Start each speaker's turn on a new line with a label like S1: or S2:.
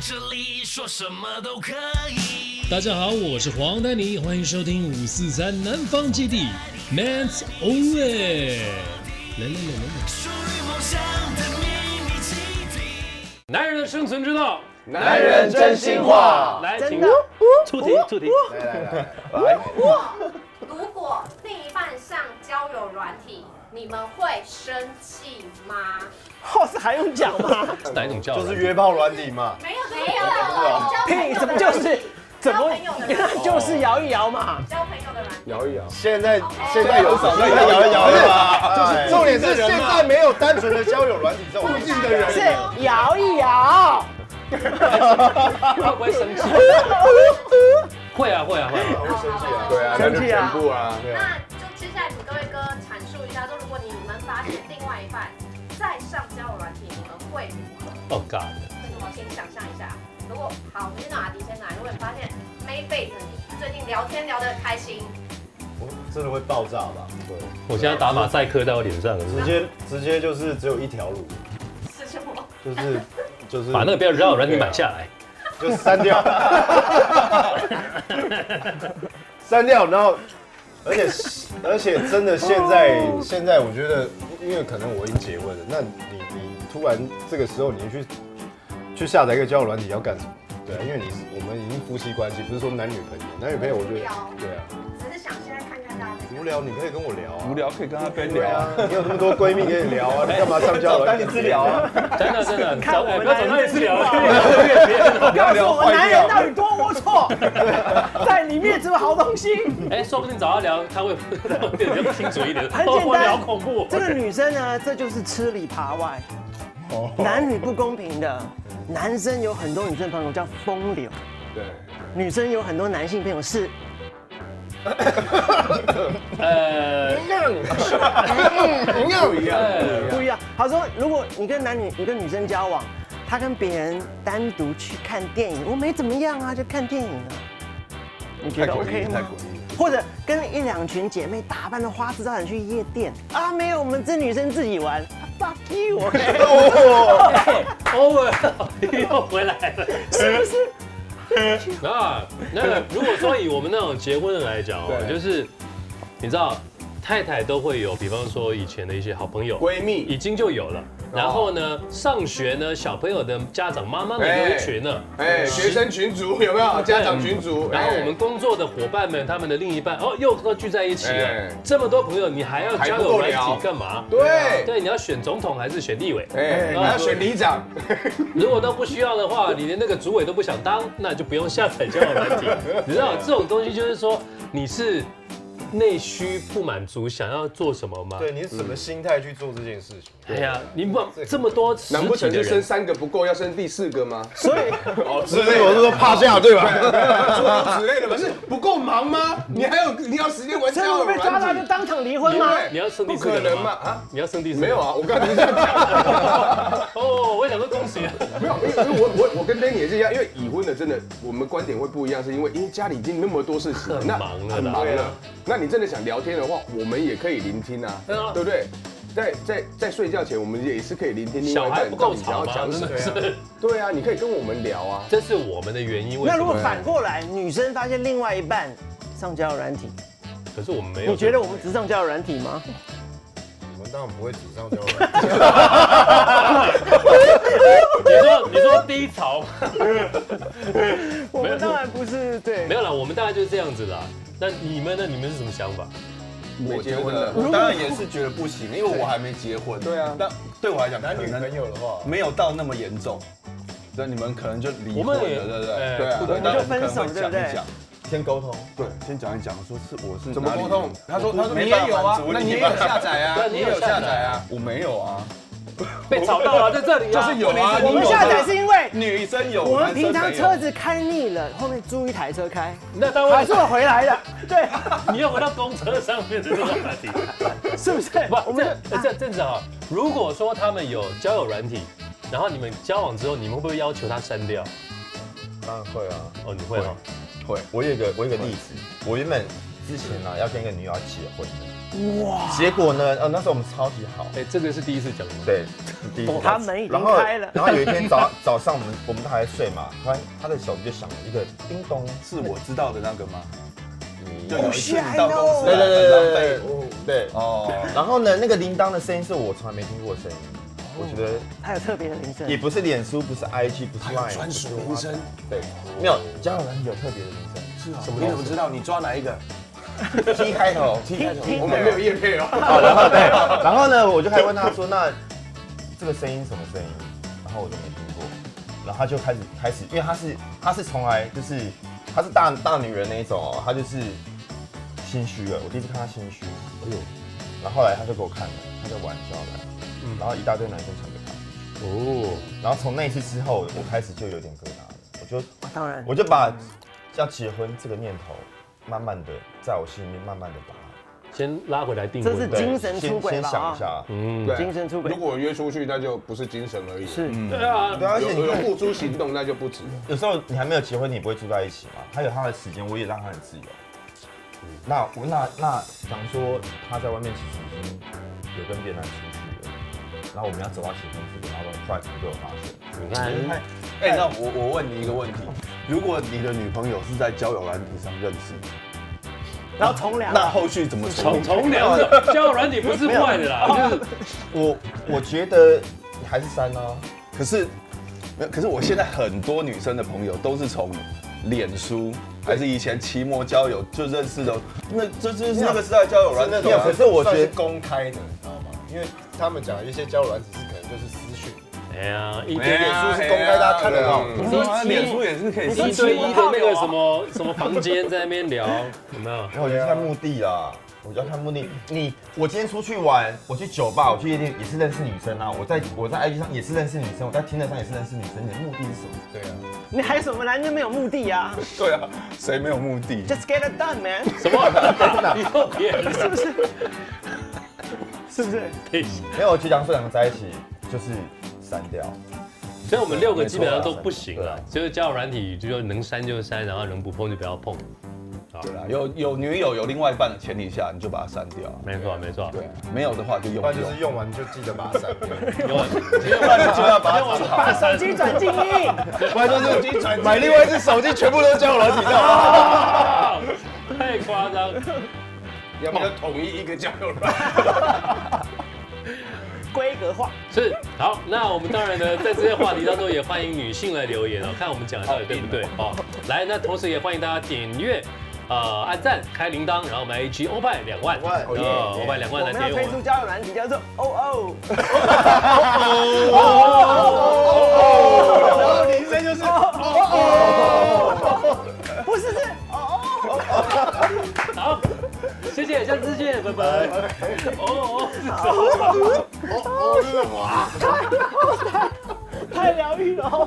S1: 这里说什么都可以。
S2: 大家好，我是黄丹妮，欢迎收听五四三南方基地 Man's Only。来来来来
S1: 属于梦想的秘密基地。
S3: 男人的生存之道，
S4: 男人真心话。
S3: 来，请的出题出题，
S5: 如果另一半上交友软体，你们会生气吗？
S6: 后是还用讲吗？
S3: 是哪一种叫？
S4: 就是约炮软体嘛，
S5: 没有，没有，交
S6: 屁，怎么就是怎么
S5: 交朋友的
S6: 原来就是摇一摇嘛？
S5: 交朋友的软体？
S4: 现在现在哦有手在摇一摇了吧？就是重点是现在没有单纯的交友软体这种，附近的人
S6: 是摇一摇，
S3: 会不会生气？会啊会啊会 啊！
S4: 生气啊，对啊，那就全部啊，对啊。
S5: 那就接下来请各位哥阐述一下，说如果你们发现另外一半在上交友软体，你们会如何？
S3: 哦 God，
S5: 那我先想象一下，如果好，我们先拿阿迪先来。如果你发现 May 贝子你最近聊天聊得开心，
S4: 真的会爆炸吧？对，
S3: 我现在打马赛克在我脸上， 可是
S4: 直接直接就是只有一条路，
S5: 是什么？
S4: 就是就是
S3: 把那个标准让我软体买下 来。
S4: 就删掉，删掉，然后。而 且而且真的现在
S5: 哦
S4: 现在我觉得，因为可能我已经结婚了，那你你突然这个时候你去去下载一个交友软体要干什么？对啊，因为你是我们已经夫妻关系，不是说男女朋友，男女朋友我觉得
S5: 无聊
S4: 对啊，
S5: 只是想现在看看大家怎
S4: 无聊你可以跟我聊啊，
S7: 无聊可以跟他边
S4: 对
S7: 聊
S4: 啊
S7: 啊，，
S4: 你有那么多闺蜜跟你聊 啊，你干嘛上交友软体治疗啊？
S3: 真的真的，
S6: 看
S3: 找
S6: 我
S3: 我哎
S6: 们
S3: 不要找那里治疗，
S6: 我告诉
S7: 聊
S6: 我
S7: 坏
S6: 们
S7: 掉
S6: 男人到底多龌龊，在里面只有好东西。
S3: 哎，说不定找他聊，他会 他会变得比较清楚一点，
S6: 很简单
S3: 会聊恐怖。
S6: 这个女生呢，这就是吃里扒外，男女不公平的。男生有很多女生朋友叫风流，
S4: 对，
S6: 女生有很多男性朋友是
S3: 呃，
S4: 朋友一样，
S6: 不一样。他说，如果你跟男女，你跟女生交往，他跟别人单独去看电影，我没怎么样啊，就看电影啊。你觉得 OK 吗？或者跟一两群姐妹打扮的花枝招展去夜店啊？没有，我们这女生自己玩。啊 Fuck you！
S3: over 又回来了。
S6: 是不是？
S3: 那那个如果说以我们那种结婚的来讲哦，就是你知道，太太都会有，比方说以前的一些好朋友、
S4: 闺蜜
S3: 已经就有了。然后
S6: 哦
S3: 呢，上学呢，小朋友的家长妈妈们有一群呢，
S8: 哎，学生群组有没有？家长群组，
S3: 然后我们
S8: 哎
S3: 工作的伙伴们，他们的另一半哦，又都聚在一起了
S8: 哎。
S3: 这么多朋友，你还要
S8: 还
S3: 交
S8: 不
S3: 友
S8: 够
S3: 软
S8: 聊
S3: 体干嘛？
S8: 对
S3: 对，你要选总统还是选立委？
S8: 哎，你要选里长，
S3: 如果都不需要的话，你连那个主委都不想当，那就不用下载交友 软体。你知道这种东西就是说你是内需不满足，想要做什么吗？
S4: 对，你是什么心态去做这件事情？
S3: 哎呀，你往这么多实
S8: 难不
S3: 体
S8: 成
S3: 的
S8: 是生
S3: 人，
S8: 三个不够，要生第四个吗？
S6: 所以
S8: 哦，之
S4: 所以我是说怕下对吧？
S8: 之类的，不是不够忙吗？你还有你要时间玩
S6: 所
S8: 交
S6: 以我
S8: 友
S6: 被抓到就
S8: 软体？
S6: 当场离婚吗？
S8: 对
S3: 你要生第
S8: 不
S3: 四个
S8: 可
S3: 人
S8: 能嘛
S3: 吗？
S8: 啊！
S3: 你要生第四个
S8: 没有啊啊，我刚才不是这样讲，
S3: 哦，我也想说恭喜啊。
S8: 没有，因为因为我我我跟 Danny 也是一样，因为已婚的真的我们观点会不一样，是因为因为家里已经那么多事情了，
S3: 很
S8: 那
S3: 忙了啦
S8: 很忙
S3: 对
S8: 了。那你真的想聊天的话，我们也可以聆听啊，
S3: 对啊
S8: 对不对？在在在睡觉前，我们也是可以聆听另外
S3: 小
S8: 一半
S3: 孩不够
S8: 你想
S3: 吵
S8: 要
S3: 吗？
S8: 讲什
S3: 真
S8: 么
S3: 的。是，
S8: 对啊，你可以跟我们聊啊。
S3: 这是我们的原因。为
S6: 那
S3: 什
S6: 如果
S3: 么？
S6: 反过来，女生发现另外一半上交友软体，
S3: 可是我们没有。
S6: 你觉得我们只上交友软体吗？
S4: 我们当然不会纸上交友，
S3: 你说你说低潮吗？
S6: 我们当然不是，对
S3: 没。有啦，我们大概就是这样子啦。那你们呢？你们是什么想法？
S8: 我结婚了，
S7: 我当然也是觉得不行，因为我还没结婚。
S8: 对啊
S7: 但对我来讲，
S4: 男女
S7: 可能
S4: 朋友的话，
S7: 没有到那么严重。那你们可能就离
S3: 我
S7: 婚
S3: 们
S7: 了，
S3: 也
S7: 对不
S3: 哎
S7: 对？
S8: 对
S7: 对
S8: 啊我们
S7: 但
S6: 就
S7: 我们可能
S6: 分手
S7: 会
S6: 对不对
S7: 讲一讲，
S4: 先沟通。
S7: 对，先讲一讲，说是我是
S8: 怎么
S7: 哪里
S8: 沟通？他说
S7: 我
S8: 他说
S7: 没
S8: 你
S7: 办法
S8: 也有啊
S7: 满，足
S8: 那你
S7: 你
S8: 也有下载啊，
S3: 对你也有下载
S8: 啊。
S7: 我没有啊，
S3: 被吵到 了，在这里啊
S7: 就是有啊。
S6: 我们
S7: 你有啊
S6: 下载是因为
S7: 女生有，
S6: 我们平常
S7: 男生没有
S6: 车子开腻了，后面租一台车开，
S3: 那当
S6: 还
S3: 然
S6: 是我回来的，对，
S3: 你要回到公车上面的这个话题，
S6: 是不是？
S3: 不，这这这样子啊。如果说他们有交友软体，然后你们交往之后，你们会不会要求他删掉？
S4: 当然会啊。
S3: 哦，你会吗？
S4: 我有一个我有一个例子，我原本之前啊要跟一个女友要结婚的，结果呢，呃，那时候我们超级好，
S3: 哎，这个是第一次讲的吗？
S4: 对，是第一次
S6: 他门已经
S4: 然后
S6: 开了
S4: 然后有一天早 早上，我们我们都还在睡嘛，突然他的手机就响了一个叮咚，
S9: 是我知道的那个吗？
S4: 你
S9: 就有一次你
S6: shit，I
S9: 到公
S6: know
S9: 司
S4: 对
S9: 来，
S4: 对
S9: 很
S4: 对对对
S9: 浪费
S4: 对对哦。
S9: 哦，
S4: 然后呢，那个铃铛的声音是我从来没听过的声音，我觉得
S6: 他有特别的铃声
S4: 也，不是脸书，不是 IG，不是 Line，
S9: 专属铃声，
S4: 对，没有，交友软体有特别的铃声。
S9: 是啊，你怎么知道？你抓哪一个？
S4: T 开头，T 开头。
S8: 我们没有叶配哦。
S4: 好，然后对， 然后呢，我就开始问他说，那这个声音什么声音？然后我就没听过，然后他就开始开始，因为他是他是从来就是他是大大女人那一种哦，他就是心虚了，我第一次看他心虚，哎呦，然后后来他就给我看了，他在玩笑的，然后一大堆男生传给他，
S3: 嗯哦，
S4: 然后从那一次之后，我开始就有点疙瘩了，我就
S6: 啊当然
S4: 我就把要结婚这个念头，慢慢的在我心里面慢慢的把它。
S3: 先拉回来定
S6: 这
S3: 位
S6: 是。
S4: 对
S6: 精神出轨啊
S4: 先
S6: 吧
S4: 先想一下，
S3: 嗯，
S8: 对
S6: 精神出轨
S8: 如果我约出去，那就不是精神而已。
S6: 是
S9: 嗯
S3: 对啊，
S4: 对啊，而且
S8: 有
S4: 你
S8: 有
S4: 看，
S8: 付诸行动，那就不止。
S4: 有时候你还没有结婚，你也不会住在一起嘛。他有他的时间，我也让他很自由。那我那那，想说他在外面其实已经有跟别的男生出去了，然后我们要走到结婚这个，然后后来被我发现，
S3: 你看，
S10: 嗯
S9: 哎，那我我问你一个问题，如果你的女朋友是在交友软体上认识的，
S6: 然后从良，
S9: 那后续怎么处
S3: 从
S9: 理？
S3: 从良 的交友软体不是坏的啦，就是
S4: 我我觉得还是删啊。
S9: 可是，没有可是我现在很多女生的朋友都是从脸书，还是以前期末交友就认识的，那这这就是那个时代交友软
S10: 那
S9: 体
S10: 种
S9: 啊。
S4: 可是我觉得
S10: 算是公开的，你知道吗？因为他们讲的一些交友软体是可能就是私讯，
S3: 哎呀，一
S9: 哎
S3: 对
S9: 呀
S4: 书是公开大家看得到
S9: 哎呀可是
S6: 嗯
S9: 好像脸书也是可以
S3: 一对一的那个什么什么房间在那边聊，有没有？
S4: 然后我就看目的啊，我就要看目的。你我今天出去玩，我去酒吧，我去夜店也是认识女生啊。我在我在 IG 上也是认识女生，我在 Tinder 上也是认识女生。你的目的是什么？
S10: 对啊，
S6: 你还有什么男人没有目的啊
S9: 对啊，谁没有目的？
S6: ？Just get it done, man，
S3: 什么？你又别人
S6: 是不是？是不是？
S3: 等一下
S4: 没有，我就讲说两个在一起就是删掉。
S3: 所以我们六个基本上都不行了，就是交友软体，就是能删就删，然后能不碰就不要碰。
S9: 对啦，有有女友有另外一半的前提下，你就把它删掉。
S3: 没错，没 错。
S9: 对，没有的话就用
S10: 不然
S9: 不
S10: 就
S9: 用
S10: 是。用完就记得把它删 掉，
S3: 有
S9: 不然你就要把它删好。
S6: 把手机转静音，
S10: 不然就是买另外一只手机，全部都交友软体上，
S3: 啊 太夸张。
S8: 要不要统一一个交友软体？
S6: 规格化。
S3: 是好，那我们当然呢，在这些话题当中，也欢迎女性来留 言哦，看我们讲的到底对不对哦。来，那同时也欢迎大家点阅。呃，按赞、开铃铛，然后我们 A G 欧拜两万，
S4: 万
S3: 呃，欧拜两万
S6: 我
S3: 来
S6: 们要
S3: 点
S6: 推
S3: 阅我
S6: 出
S3: 们。
S6: 交友软体叫做哦哦。
S4: 然后铃声就是
S6: 不是是哦
S3: 好，谢谢，下次见，拜拜。哦哦，是什么？
S6: 哦，太疗愈了哦。